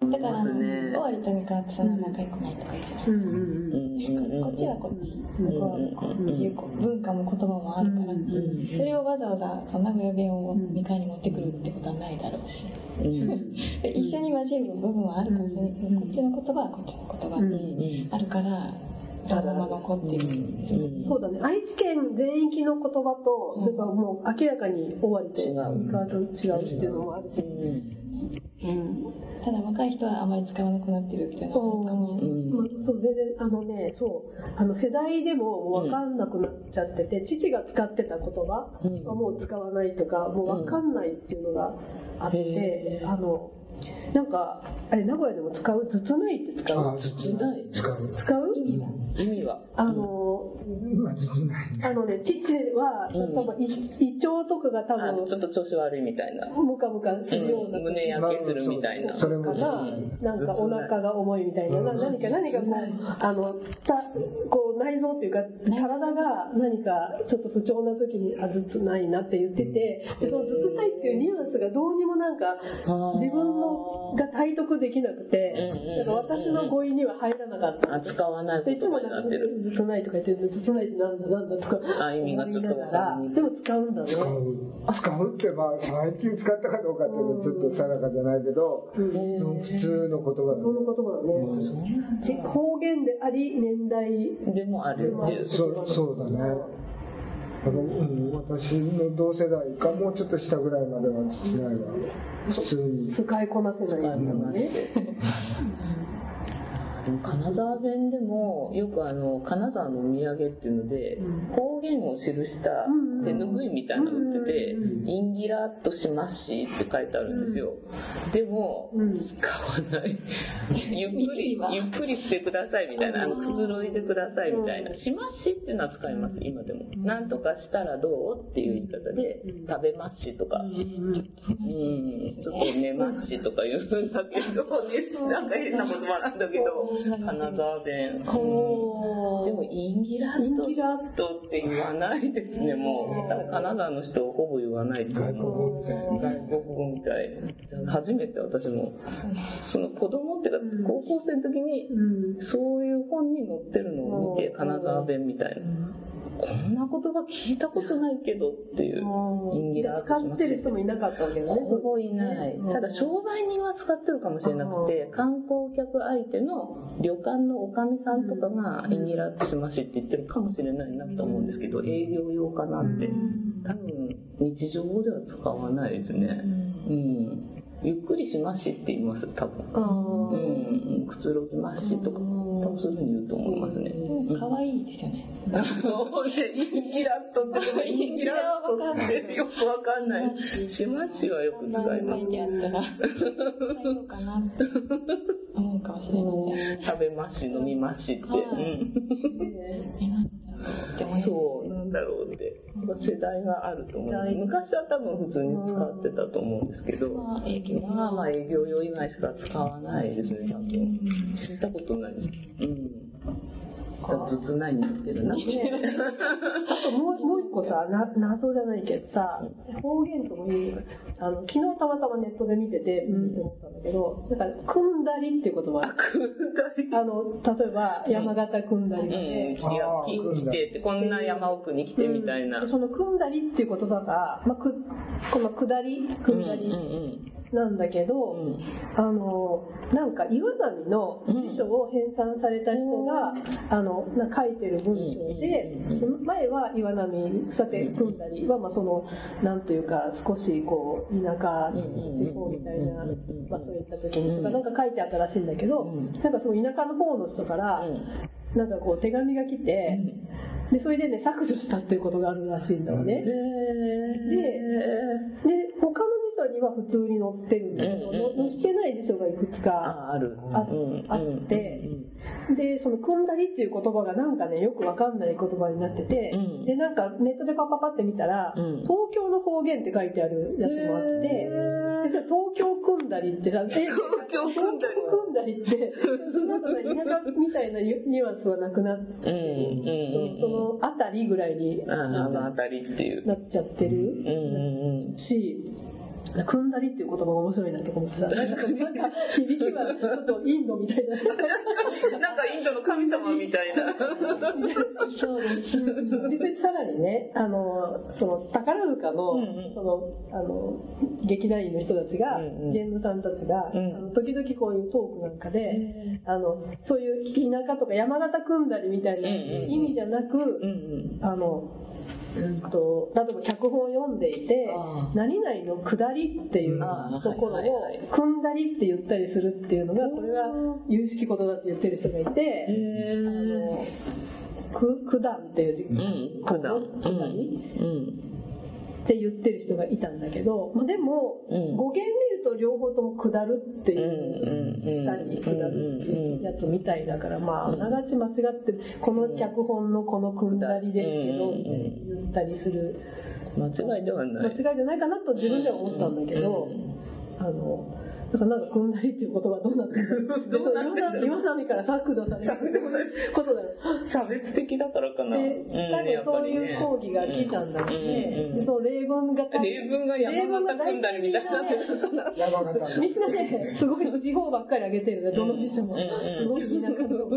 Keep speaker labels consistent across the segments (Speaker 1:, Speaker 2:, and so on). Speaker 1: だから、
Speaker 2: ますね
Speaker 1: 終わりとみかってその仲良くないとか言ってない。
Speaker 2: うんうんうん
Speaker 1: こっちはこっち、向こうは向こうっていうこう文化も言葉もあるから、それをわざわざその名古屋弁を未開に持ってくるってことはないだろうし、で一緒に混じる部分はあるかもしれないけど、こっちの言葉はこっちの言葉、あるから、そのまま残っていくんですかね。
Speaker 2: そうだね愛知県全域の言葉とそれからもう明らかに終わりと三河と違うっていうのもあるし、うん
Speaker 1: ただ若い人はあまり使わなくなってるっていうのはあるかもしれない。
Speaker 2: まあ、そう全然あのねそうあの世代でも分かんなくなっちゃってて、父が使ってた言葉はもう使わないとか、もう分かんないっていうのがあって、あのなんかあれ名古屋でも使う「頭痛ない」って使
Speaker 3: あ頭
Speaker 2: う
Speaker 3: 痛ない
Speaker 4: 使う
Speaker 2: 使う
Speaker 3: 意味は
Speaker 2: あの、
Speaker 4: 今頭痛ないね
Speaker 2: あのね父は、多分い胃腸とかが多
Speaker 3: あ
Speaker 2: 分
Speaker 3: ちょっと調子悪いみたいな
Speaker 2: ムカムカするような時
Speaker 3: 胸焼けするみたいな
Speaker 4: それも
Speaker 2: か
Speaker 4: 頭
Speaker 2: ら、
Speaker 4: 痛
Speaker 2: なんかお腹が重いみたいな、な何か何かこう、あの、たこう内臓っていうか、体が何かちょっと不調な時に、あ、頭痛ないなって言ってて、でその頭痛ないっていうニュアンスがどうにもなんか、自分のが体得できなくて
Speaker 3: うんうんうんうん、
Speaker 2: なんか私の語彙には入らなかった。
Speaker 3: あ使わない
Speaker 2: でいつ
Speaker 3: 言
Speaker 2: も
Speaker 3: 葉
Speaker 2: な
Speaker 3: に
Speaker 2: ん
Speaker 3: なっ
Speaker 2: か頭
Speaker 3: てる
Speaker 2: 痛ないとか言ってるんで、頭痛ないってなんだなんだとか
Speaker 3: あ意味がちょっと
Speaker 2: 思いながら
Speaker 3: わかんない
Speaker 2: でも使うんだね。
Speaker 4: う使うってまあ最近使ったかどうかっていうのはちょっと定かじゃないけど、普通の言葉
Speaker 2: その言葉だね。ち方言であり、年代
Speaker 3: でもあるっていう
Speaker 4: そうそうだねあの、うん、私の同世代かもうちょっと下ぐらいまではしないわ普通に
Speaker 2: 使いこなせない
Speaker 3: 使いこな
Speaker 2: ね。
Speaker 3: して。でも金沢弁でもよくあの金沢のお土産っていうので方言を記した手ぬぐいみたいなの売ってて「インギラッとしますし」って書いてあるんですよでも使わない ゆっくりゆっくりしてくださいみたいなあのくつろいでくださいみたいな「しますし」っていうのは使います今でも「なんとかしたらどう?」っていう言い方で「食べますし」とかうんちょっと寝ますしとか言うんだけど、ね、なんか変な言葉なんだけど、金沢弁。でも、インギラ
Speaker 2: イン
Speaker 3: ッ
Speaker 2: キラー
Speaker 3: トって言わないですね、もう。多分金沢の人ほぼ言わないと
Speaker 4: 外
Speaker 3: 思
Speaker 4: 国
Speaker 3: う。
Speaker 4: 語生
Speaker 3: 外国語みたい。初めて私も、その子供っていうか、高校生の時に、そういう本に載ってるのを見て、金沢弁みたいな。こんな言葉聞いたことないけどっていう。インギラット
Speaker 2: 使
Speaker 3: しま
Speaker 2: っ
Speaker 3: す
Speaker 2: て
Speaker 3: し
Speaker 2: る人もいなかったわけだね。
Speaker 3: ほぼいない。ただ、商売人は使ってるかもしれなくて、観光客相手の旅館のおかみさんとかが、インギラッとしましって言ってるかもしれないなと思うんですけど、営業用かなって。多分、日常では使わないですね。うん。ゆっくりしましって言います、多分。
Speaker 2: あー
Speaker 3: うん。くつろぎましとか、多分そういうふうに言うと思いますね。
Speaker 1: でも可愛いです よね。
Speaker 3: そうね、 インギラットって、インギラットってよくわかんない。しましはよく使います
Speaker 1: 書い。てあったら、変えようかなって思うかもしれま せん。
Speaker 3: 食べますし飲みますしって、
Speaker 1: はい
Speaker 3: うん
Speaker 1: え、なんだろうって思います。
Speaker 3: そうなんだろうって世代があると思うんです
Speaker 2: 世代
Speaker 3: 昔は多分普通に使ってたと思うんですけど
Speaker 1: まあ、営業
Speaker 3: まあま
Speaker 1: は、
Speaker 3: あ営業用以外しか使わないですね多分聞いたことないですうん頭痛ないに似てるな
Speaker 2: あともうもう一個さな謎じゃないけどさ方言とも言うあの昨日たまたまネットで見ててうんって思ったんだけどなんか「くんだり」っていう言葉
Speaker 3: 組んだり
Speaker 2: あの例えば山形くんだり
Speaker 3: うん
Speaker 2: で
Speaker 3: 来て
Speaker 4: あー
Speaker 3: き来てってこんな山奥に来てみたいな、
Speaker 2: でその「くんだり」っていう言葉が、まあ、くこの「下り」「くんだ
Speaker 3: うんう
Speaker 2: り
Speaker 3: ん」
Speaker 2: なんだけど、
Speaker 3: うんうん
Speaker 2: あのなんか岩波の辞書を編纂された人が、あのな書いてる文章で、前は岩波さて組んだりは、まあ、そのなんというか少しこう田舎地方みたいな場所に行った時にとかなんか書いてあったらしいんだけど、なんかその田舎の方の人から、なんかこう手紙が来て、でそれでね削除したっていうことがあるらしいんだよ
Speaker 3: へ
Speaker 2: ね。
Speaker 3: ー
Speaker 2: でで他の辞書には普通に載ってるんだけど、
Speaker 3: うんうんうん
Speaker 2: の載してない辞書がいくつか
Speaker 3: あある
Speaker 2: あ
Speaker 3: うん
Speaker 2: あってでその「くんだり」っていう言葉がなんかねよくわかんない言葉になってて、
Speaker 3: うん
Speaker 2: でなんかネットでパパパって見たら、
Speaker 3: うん
Speaker 2: 東京の方言って書いてあるやつもあって。でそれ東京くんだ りってさ、東
Speaker 3: 京くんだり
Speaker 2: くんだりって、 その後ね田舎みたいなニュアンスはなくなって、
Speaker 3: うんうんうんうん
Speaker 2: そのあたりぐらいに
Speaker 3: ああ
Speaker 2: なっちゃ
Speaker 3: の辺りっていう。
Speaker 2: なっちゃってる
Speaker 3: うんうんうん。
Speaker 2: し、くんだりっていう言葉が面白いなとか思っ てた。確かに。なんか、響きはちょっとインドみたいな。
Speaker 3: なんかインドの神様みたいな。
Speaker 1: そうです。
Speaker 2: 別にさらにね、あの、その、宝塚の、
Speaker 3: うんうん
Speaker 2: その、あの、劇団員の人たちが、
Speaker 3: うんうん
Speaker 2: ジェンヌさんたちが、
Speaker 3: うん
Speaker 2: あの時々こういうトークなんかで、あの、そういう田舎とか山形組んだりみたいな
Speaker 3: うんうん
Speaker 2: 意味じゃなく、
Speaker 3: うんうん。
Speaker 2: あの、うんと、例えば脚本を読んでいて
Speaker 3: あ、
Speaker 2: 何々の下りっていう
Speaker 3: あー
Speaker 2: ところ
Speaker 3: はいはいはい
Speaker 2: を、組んだりって言ったりするっていうのが、これは有識ことだって言ってる人がい
Speaker 3: へ
Speaker 2: て、
Speaker 3: え。
Speaker 2: あの、く、九段っていう字、
Speaker 3: う
Speaker 2: っ
Speaker 3: ん。九段。うん。
Speaker 2: て言ってる人がいたんだけど、まあ、でも、
Speaker 3: うん
Speaker 2: 語源見ると両方とも下るって
Speaker 3: うん。う
Speaker 2: いう。
Speaker 3: ん。うん。
Speaker 2: 下に下るっていうやつみたいだから、まあ、あながち間違ってる、この脚本のこのくんだりですけど、
Speaker 3: うん
Speaker 2: みたいに言ったりする。
Speaker 3: 間違いではない。
Speaker 2: 間違いじゃないかなと自分では思ったんだけど、あのだからなんか組んだりっていう言葉はどうなってる
Speaker 3: どうなってんだろう
Speaker 2: 今波から削除され
Speaker 3: 削除され
Speaker 2: ることだろう
Speaker 3: 差別的だからかな。
Speaker 2: で多分そういう講義が来たんだろうね、でその例文が書いて
Speaker 3: 例文が山形組んだりみたいになってる。
Speaker 4: 山形の
Speaker 2: みんなねすごい地方ばっかり上げてるねどの辞書も、
Speaker 3: うんうん
Speaker 2: すごい田舎の、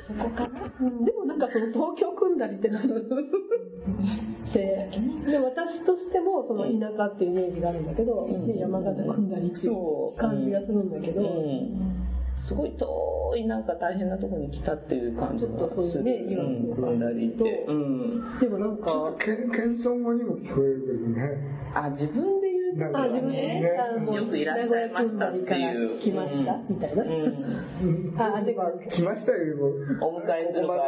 Speaker 1: そこかな
Speaker 2: うんでもなんかその東京組んだりってなるせで私としてもその田舎っていうイメージがあるんだけど、
Speaker 3: ん
Speaker 2: ね山形組んだりっていう
Speaker 3: そう。
Speaker 2: 感じがするんだけど、
Speaker 3: うんすごい遠いなんか大変なところに来たっていう感じがする。
Speaker 2: ちょっとそうね今
Speaker 3: う、
Speaker 2: そうん
Speaker 3: 組んだりって。うん。
Speaker 2: でもなん
Speaker 4: ちょっと
Speaker 2: か、
Speaker 4: けん謙遜語にも聞こえるけどね
Speaker 3: あ、自分で言う
Speaker 4: なんか
Speaker 2: あ、自分でね、あの、
Speaker 3: よくいらっしゃいましたっていう
Speaker 2: 名古屋組んだりから来ました、
Speaker 3: うん
Speaker 2: みたいな。
Speaker 3: う
Speaker 2: あ、あ、で、
Speaker 4: まあ来ましたよりも
Speaker 3: お迎えする場合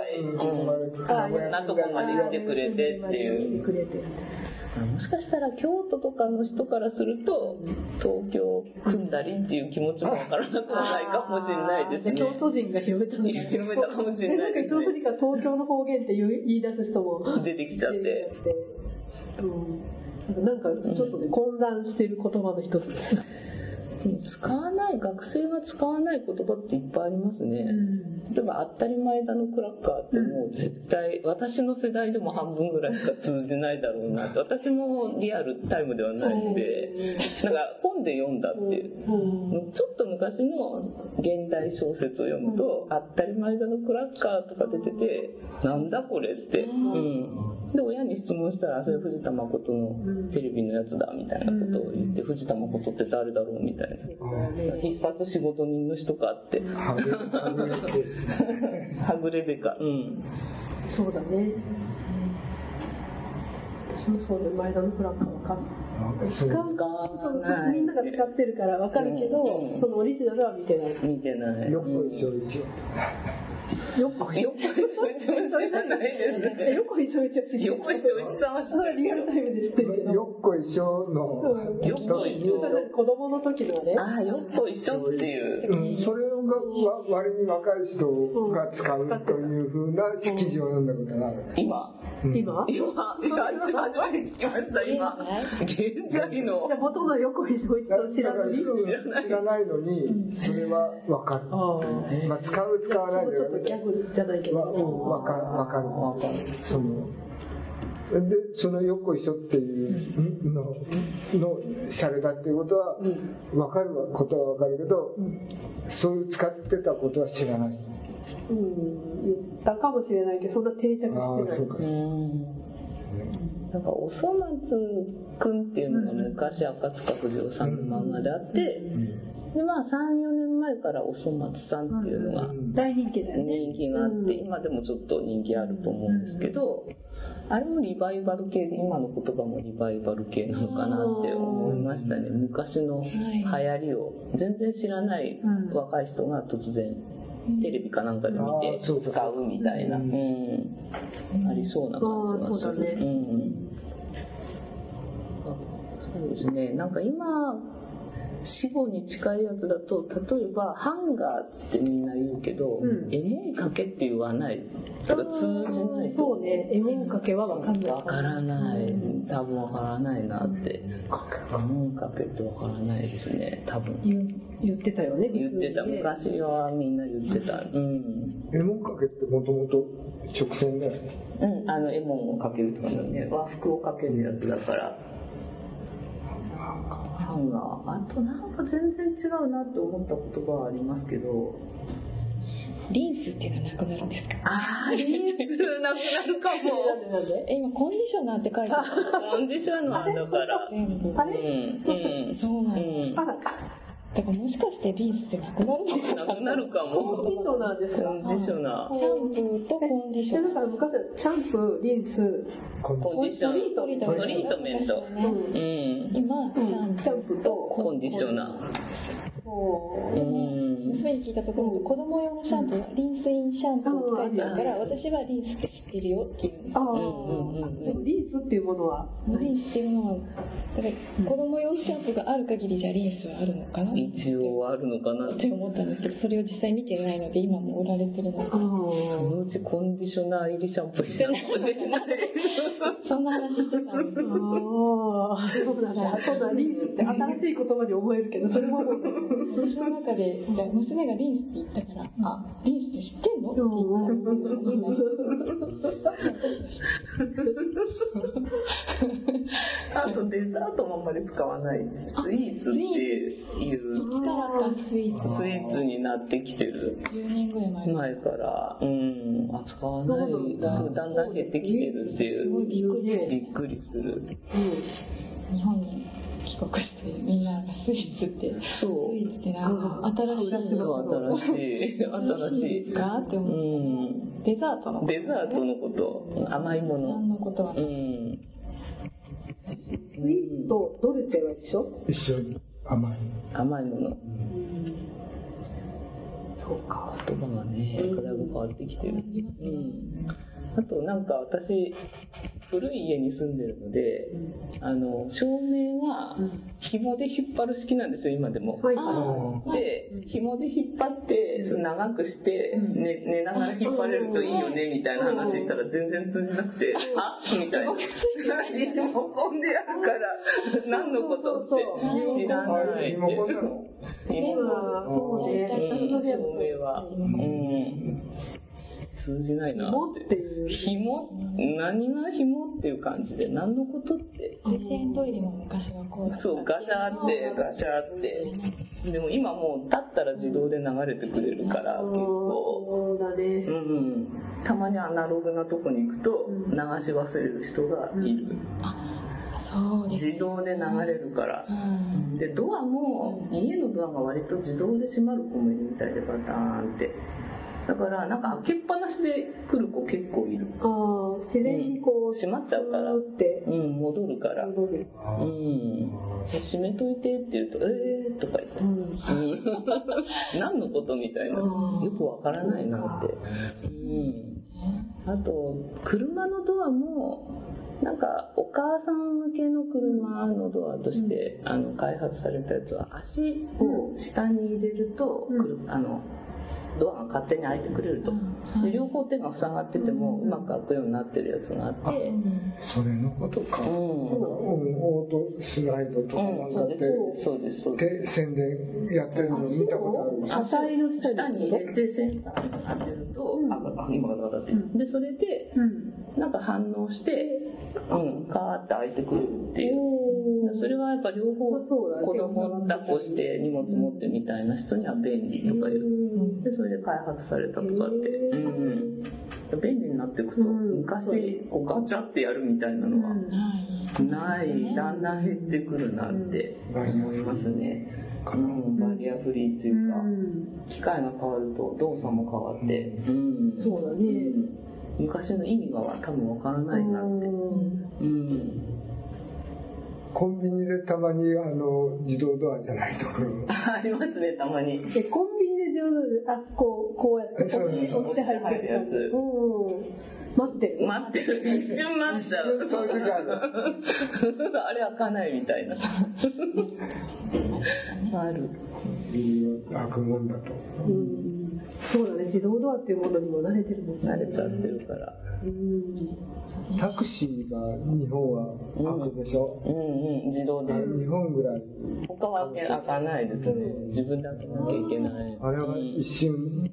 Speaker 2: あ、
Speaker 3: ん。なとこまで来てくれてって
Speaker 2: 来
Speaker 3: い
Speaker 2: て
Speaker 3: う。
Speaker 2: くれて。
Speaker 3: もしかしたら京都とかの人からすると、東京組んだりっていう気持ちもわからなくはないかもしれないですね
Speaker 2: あ。ー京都人が広 めたのかな
Speaker 3: 広めたかもしれないで
Speaker 2: ですなん
Speaker 3: ね
Speaker 2: かいつの間にか東京の方言って言う言い出す人も
Speaker 3: 出てきちゃっ
Speaker 2: 出
Speaker 3: て
Speaker 2: て。きちゃって。うん。なんかちょっとね、混乱してる言葉の一つ。
Speaker 3: 使わない学生が使わない言葉っていっぱいありますね、
Speaker 2: ん
Speaker 3: 例えば当たり前だのクラッカーってもう絶対私の世代でも半分ぐらいしか通じないだろうなと私もリアルタイムではないんでなんか本で読んだっていうちょっと昔の現代小説を読むと「当たり前だのクラッカー」とか出てて「なんだこれ」って、うん、で親に質問したら「それ藤田誠のテレビのやつだ」みたいなことを言って「藤田誠って誰だろう?」みたいな。必殺仕事人の人かって、
Speaker 4: はぐはぐれ系ですね
Speaker 3: はぐれでか、うん、
Speaker 2: そうだね。私もそうだよ、前田のフラッカーわかんない。
Speaker 4: なんかそう
Speaker 2: 使う
Speaker 3: 使わ
Speaker 2: そう
Speaker 3: ない
Speaker 2: みんなが使ってるからわかるけど、
Speaker 3: うんうん
Speaker 2: そのオリジナルは見てない。
Speaker 3: 見てない。
Speaker 4: よっこいしょいしょ
Speaker 2: よっこ
Speaker 3: うん。よっこいしょいち知らないです
Speaker 2: え
Speaker 3: ね。
Speaker 2: よっこいしょいちは知ってる。
Speaker 3: よっこいしょいちさんは知
Speaker 2: そ
Speaker 3: っ
Speaker 2: れ
Speaker 3: て
Speaker 2: は
Speaker 3: る
Speaker 2: リアルタイムで知ってるけど。
Speaker 4: よっこいしょ
Speaker 2: うん
Speaker 4: の
Speaker 3: よっこいしょ
Speaker 2: それは子供の時のね。
Speaker 3: ああ、よっこいしょっていう。
Speaker 4: うん、それがわ割に若い人が使うというふうな記事を読んだことがある、
Speaker 3: 今。
Speaker 2: 今
Speaker 3: 今、いや初めて聞きました、今。現在の
Speaker 2: じゃ。あ元のよっこいしょいちと知らずに。
Speaker 4: 知らない知らないのにそれは分かる、
Speaker 2: ああ。
Speaker 4: まあ、使う使わない
Speaker 2: もう
Speaker 4: で
Speaker 2: ち
Speaker 4: は
Speaker 2: ょっと
Speaker 4: な
Speaker 2: ギャ
Speaker 4: く
Speaker 2: グじゃないけ
Speaker 4: て
Speaker 2: ど。
Speaker 4: わうんわかわかるそのでその「よっこいしょ」っていうののシャレだっていうことは分かることは分かるけど、そういう使ってたことは知らない
Speaker 2: うん。言ったかもしれないけど、そんな定着してない。
Speaker 4: ああそうかそううか
Speaker 3: ん。なんか、おそ松くんっていうのが昔、赤塚不二夫さんの漫画であって、で、まあ、3、4年前からおそ松さんっていうのが
Speaker 2: 大人気だよね。
Speaker 3: 人気があって、
Speaker 2: うん
Speaker 3: 今でもちょっと人気あると思うんですけど、あれもリバイバル系で今の言葉もリバイバル系なのかなって思いましたね昔の流行りを全然知らない
Speaker 2: うん
Speaker 3: 若い人が突然テレビかなんかで見
Speaker 4: あ
Speaker 3: て
Speaker 4: ーそうか
Speaker 3: 使うみたいな、う
Speaker 4: うん
Speaker 3: んありそうな感じがす
Speaker 2: あーそうだね
Speaker 3: る。うんそうですねなんか今死後に近いやつだと例えばハンガーってみんな言うけど、
Speaker 2: うん
Speaker 3: エモいかけって言わないとか通じないと
Speaker 2: そうね。絵文かけはわかんない。
Speaker 3: わからない多分わからないなってエモいかけってわからないですね多分
Speaker 2: 言う言ってたよね。
Speaker 3: 言ってた
Speaker 2: 普通にね
Speaker 3: 昔はみんな言ってたうん、
Speaker 4: 絵文かけってもともと直線だよね
Speaker 3: うん、あのエモンをかけるとかね和服をかけるやつだからンガーあとなんか全然違うなって思った言葉はありますけど
Speaker 1: リンスっていうのはなくなるんですか
Speaker 3: あーリンスなくなるかも
Speaker 1: え今コンディショナーって書いてある
Speaker 3: コンディショナーだから
Speaker 1: 全部
Speaker 2: あ
Speaker 3: う
Speaker 2: れ
Speaker 3: んうん
Speaker 1: そうな
Speaker 3: う
Speaker 1: の
Speaker 3: ん
Speaker 2: あら
Speaker 1: だからもしかしてリンスってなくなるのかな
Speaker 3: なくなるか
Speaker 2: コンデ
Speaker 3: も
Speaker 2: ィショナーです
Speaker 3: コ
Speaker 2: か
Speaker 3: ンディショナ
Speaker 1: シャンプーとコンディショ
Speaker 2: え
Speaker 1: ナ
Speaker 2: だから昔はシャンプーリンス
Speaker 4: こん
Speaker 3: ーコンディショナー
Speaker 2: トリー
Speaker 1: ー
Speaker 2: ト
Speaker 3: トリートメント
Speaker 1: ね
Speaker 3: うん
Speaker 1: 今シャンプ
Speaker 2: シャンプー
Speaker 1: ー
Speaker 2: と
Speaker 1: と
Speaker 3: コンディショナー
Speaker 2: こ
Speaker 3: う
Speaker 2: うん
Speaker 1: 娘に聞いたところだと子供用のシャンプーはリンスインシャンプーって書いてあるから私はリンスって知ってるよって言うんです
Speaker 2: あ
Speaker 1: よ
Speaker 3: うんうんうん
Speaker 2: ーあでもリンスっていうものはない
Speaker 1: リンスっていうのはだから子供用のシャンプーがある限りじゃあリンスはあるのかなって
Speaker 3: 一応あるのかなって
Speaker 1: 思ったんですけどそれを実際見てないので今も売られてるので
Speaker 2: あー
Speaker 3: そのうちコンディショナー入りシャンプーになるかもしれない
Speaker 1: そんな話してたんですよ
Speaker 2: ああ、そうなんだ。そうだ、リースって新しい言葉に思えるけど、それもあるんですよ。
Speaker 1: 私の中でじゃあ娘がリンスって言ったから「あリンスって知ってんの?」って言ったらそういう話になる私は知ってる
Speaker 3: あとデザートもあんまり使わないスイーツっていう
Speaker 1: いつからかスイーツ
Speaker 3: スイーツになってきてる
Speaker 1: 10年ぐらい前です
Speaker 3: 前からうん扱わない
Speaker 2: そうな
Speaker 3: だ
Speaker 2: んだ
Speaker 3: んだん減ってきてるって
Speaker 1: す
Speaker 3: い
Speaker 1: ご
Speaker 3: う
Speaker 1: いびっくりしま
Speaker 3: び
Speaker 1: し
Speaker 3: っくりする
Speaker 1: た日本に帰国してみんながスイーツって
Speaker 3: そう
Speaker 1: スイーツってなんか新しい
Speaker 3: そう新しい新
Speaker 1: 新しい
Speaker 3: し
Speaker 1: です
Speaker 3: い
Speaker 1: かって
Speaker 3: う
Speaker 1: 思う、
Speaker 3: ん
Speaker 1: デザートの
Speaker 3: デザートのこと甘いもの
Speaker 1: 何のことは
Speaker 3: う
Speaker 1: ない、
Speaker 3: ん
Speaker 2: スイーツとドルチェは一緒
Speaker 4: 一緒に甘い
Speaker 3: 甘いもの
Speaker 2: そうか。
Speaker 3: 言葉がねだいぶ変わってきてる
Speaker 1: ありますね
Speaker 3: うんあとなんか私古い家に住んでるので、あの照明が紐で引っ張る式なんですよ今でも。
Speaker 2: はい。
Speaker 1: あ
Speaker 2: あ
Speaker 1: ー
Speaker 3: で紐で引っ張ってその長くして
Speaker 2: うん
Speaker 3: 寝寝ながら引っ張れるといいよねみたいな話したら全然通じなくて「あみたいな
Speaker 1: 僕がついてない
Speaker 3: リモコンでやるから何のことって知らない
Speaker 4: リモコンなの
Speaker 1: 全部
Speaker 2: そうね。
Speaker 1: うん
Speaker 2: 私
Speaker 3: 照
Speaker 2: の部
Speaker 3: 明
Speaker 2: 屋
Speaker 3: は、う
Speaker 2: も
Speaker 3: ん、通じないな
Speaker 2: 紐っていう。
Speaker 3: 紐何が紐っていう感じで何のことって
Speaker 1: 水洗トイレも昔はこうだった
Speaker 3: そうガシャーってガシャーってでも今もう立ったら自動で流れてくれるから
Speaker 2: あー
Speaker 3: 結構。
Speaker 2: そうだね
Speaker 3: う。ん、たまにアナログなとこに行くと
Speaker 2: うん
Speaker 3: 流し忘れる人がいる、
Speaker 1: そうです
Speaker 3: 自動で流れるから
Speaker 1: う、ん
Speaker 3: でドアも家のドアが割と自動で閉まる子もいるみたいでバターンってだからなんか開けっぱなしで来る子結構いる
Speaker 2: ああ、自然にこう、
Speaker 3: 閉まっちゃうから
Speaker 2: シューって。
Speaker 3: うん戻るから
Speaker 2: 戻る
Speaker 3: うん閉めといてって言うと「えー」とか言って
Speaker 2: うん。
Speaker 3: うん何のことみたいな
Speaker 2: うん
Speaker 3: よくわからないなって、うん、あと車のドアもなんかお母さん向けの車のドアとして、あの開発されたやつは足を下に入れると、
Speaker 2: うん
Speaker 3: くるあのドアが勝手に開いてくれると、
Speaker 1: うん
Speaker 3: で両方手が塞がってても
Speaker 2: うん
Speaker 3: うまく開くようになってるやつがあって、
Speaker 4: それのことか、
Speaker 3: う
Speaker 4: うん
Speaker 3: ん
Speaker 4: オートスライドとか
Speaker 3: う、
Speaker 4: なんん
Speaker 3: そ
Speaker 4: か
Speaker 3: う
Speaker 4: っ
Speaker 3: で
Speaker 4: て、
Speaker 3: すそうですそうです
Speaker 4: で宣伝やってるの見たことある
Speaker 2: 車体の下に
Speaker 3: 下に入れてセンサーに当てると、
Speaker 2: うん
Speaker 3: ああ今が当たってる、でそれで
Speaker 2: うん。
Speaker 3: なんか反応して、うん、カーって開いてくるっていう
Speaker 2: おー
Speaker 3: それはやっぱ両方
Speaker 2: まあそうだね
Speaker 3: 子供抱っこして荷物持ってみたいな人には便利とかいう、
Speaker 2: うん
Speaker 3: でそれで開発されたとかって、
Speaker 2: へー
Speaker 3: うん、便利になっていくと、
Speaker 2: うん
Speaker 3: 昔こうガチャってやるみたいなのは
Speaker 2: うん
Speaker 3: ない、だんだん減ってくるなって思いますね、
Speaker 4: か
Speaker 3: う
Speaker 4: な、
Speaker 3: ん、バリアフリーっていうか、
Speaker 2: うん
Speaker 3: 機械が変わると動作も変わって、うん
Speaker 2: そうだ
Speaker 3: う
Speaker 2: ね。
Speaker 3: ん昔の意味が多分わからないなって、
Speaker 2: うん
Speaker 3: うん、
Speaker 4: コンビニでたまにあの自動ドアじゃないとこ ろ
Speaker 3: ありますねたまに
Speaker 2: えコンビニで上手で、あ、こう、こうやって押して、
Speaker 4: そう
Speaker 2: 押して入ってくるやつ。
Speaker 3: 押して入るやつ
Speaker 2: うん。待ってる。
Speaker 3: 待って る一瞬待っ
Speaker 4: 一
Speaker 3: ちゃう
Speaker 4: 瞬そういう時ある
Speaker 3: あれ開かないみ たいなある
Speaker 4: 悪もんだと
Speaker 2: うん。そうだね、自動ドアっていうものにも慣れてるもんね。
Speaker 3: 慣れちゃってるから
Speaker 2: うん。
Speaker 4: タクシーが日本は悪でしょ、
Speaker 3: うんうん自動で
Speaker 4: 日本ぐらい
Speaker 3: 他は開け開かないですね自分で開けなきゃいけない
Speaker 4: あれは
Speaker 3: うん
Speaker 4: 一瞬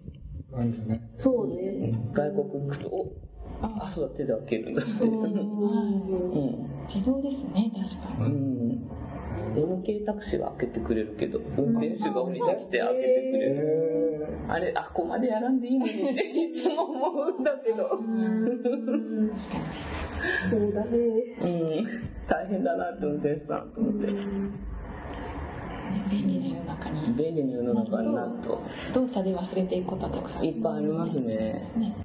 Speaker 4: あるよね
Speaker 2: そうね。
Speaker 3: 外国行くとおあそうだ手で開ける んだって
Speaker 1: はい
Speaker 3: うん
Speaker 1: 自動ですね確か
Speaker 3: うん MK タクシーは開けてくれるけど運転手が降りてきて開けてくれる、
Speaker 4: え
Speaker 3: あれあここまでやらんでいいのにっていつも思うんだけど
Speaker 1: に確かに
Speaker 2: そうだね。
Speaker 3: うん大変だなって運転手さんと思って
Speaker 1: 便利な世の中に
Speaker 3: 便利な世の中になると
Speaker 1: 動作で忘れていくことはたくさん
Speaker 3: いっぱいありますね
Speaker 1: ですね